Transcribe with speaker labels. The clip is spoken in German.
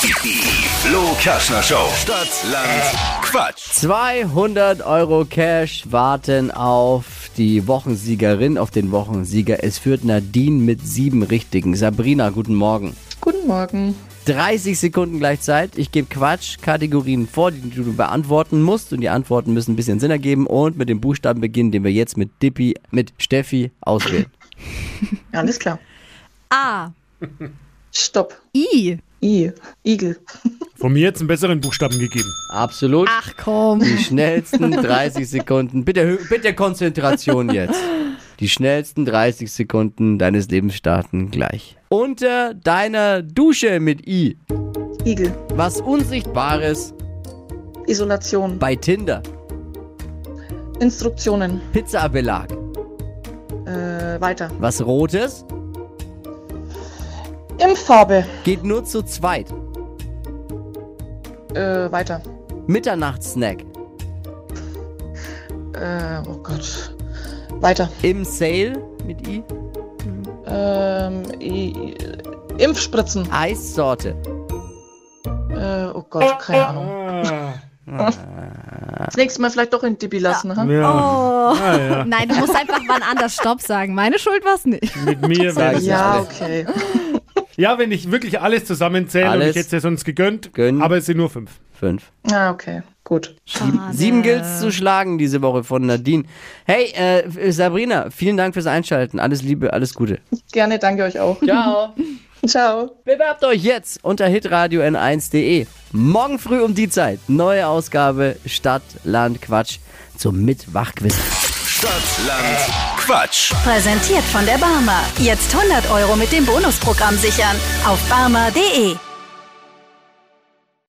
Speaker 1: Die Flo Kaschner Show. Stadt, Land, Quatsch.
Speaker 2: 200 Euro Cash warten auf die Wochensiegerin, auf den Wochensieger. Es führt Nadine mit sieben Richtigen. Sabrina, guten Morgen.
Speaker 3: Guten Morgen.
Speaker 2: 30 Sekunden gleichzeitig. Ich gebe Quatsch-Kategorien vor, die du beantworten musst. Und die Antworten müssen ein bisschen Sinn ergeben. Und mit dem Buchstaben beginnen, den wir jetzt mit Dippi, mit Steffi auswählen.
Speaker 3: Alles klar.
Speaker 4: A.
Speaker 3: Stopp.
Speaker 4: I.
Speaker 3: I. Igel.
Speaker 5: Von mir jetzt einen besseren Buchstaben gegeben.
Speaker 2: Absolut.
Speaker 4: Ach komm.
Speaker 2: Die schnellsten 30 Sekunden. Bitte, hö- bitte Konzentration jetzt. Die schnellsten 30 Sekunden deines Lebens starten gleich. Unter deiner Dusche mit I.
Speaker 3: Igel.
Speaker 2: Was Unsichtbares
Speaker 3: Isolation.
Speaker 2: bei Tinder.
Speaker 3: Instruktionen.
Speaker 2: Pizzabelag.
Speaker 3: Äh, weiter.
Speaker 2: Was Rotes
Speaker 3: Impffarbe.
Speaker 2: geht nur zu zweit.
Speaker 3: Äh, weiter.
Speaker 2: Mitternachtssnack.
Speaker 3: Äh, oh Gott. Weiter.
Speaker 2: Im Sale mit I.
Speaker 3: Ähm, I, I, Impfspritzen.
Speaker 2: Eissorte.
Speaker 3: Äh, oh Gott, keine Ahnung. Das nächste Mal vielleicht doch in Dibi lassen, ha?
Speaker 5: Ja,
Speaker 4: Oh.
Speaker 5: Ah, ja.
Speaker 4: Nein, du musst einfach wann anders Stopp sagen. Meine Schuld war's nicht.
Speaker 5: mit mir wäre
Speaker 2: Sag's.
Speaker 5: das.
Speaker 3: Ja,
Speaker 2: alles.
Speaker 3: okay.
Speaker 5: Ja, wenn ich wirklich alles zusammenzähle, und
Speaker 2: Alles.
Speaker 5: ich hätte es ja sonst gegönnt,
Speaker 2: Gönn.
Speaker 5: aber es sind nur fünf.
Speaker 2: Fünf.
Speaker 3: Ah, okay. Gut.
Speaker 4: Schade.
Speaker 2: Sieben gilt's zu schlagen diese Woche von Nadine. Hey, äh, Sabrina, vielen Dank fürs Einschalten. Alles Liebe, alles Gute.
Speaker 3: Gerne, danke euch auch.
Speaker 2: Ciao.
Speaker 3: Ciao.
Speaker 2: Bewerbt euch jetzt unter hitradio n1.de. Morgen früh um die Zeit. Neue Ausgabe Stadt, Land, Quatsch zum Mitwachquiz.
Speaker 1: Stadt, Land, Quatsch.
Speaker 6: Präsentiert von der Barmer. Jetzt 100 Euro mit dem Bonusprogramm sichern. Auf barmer.de.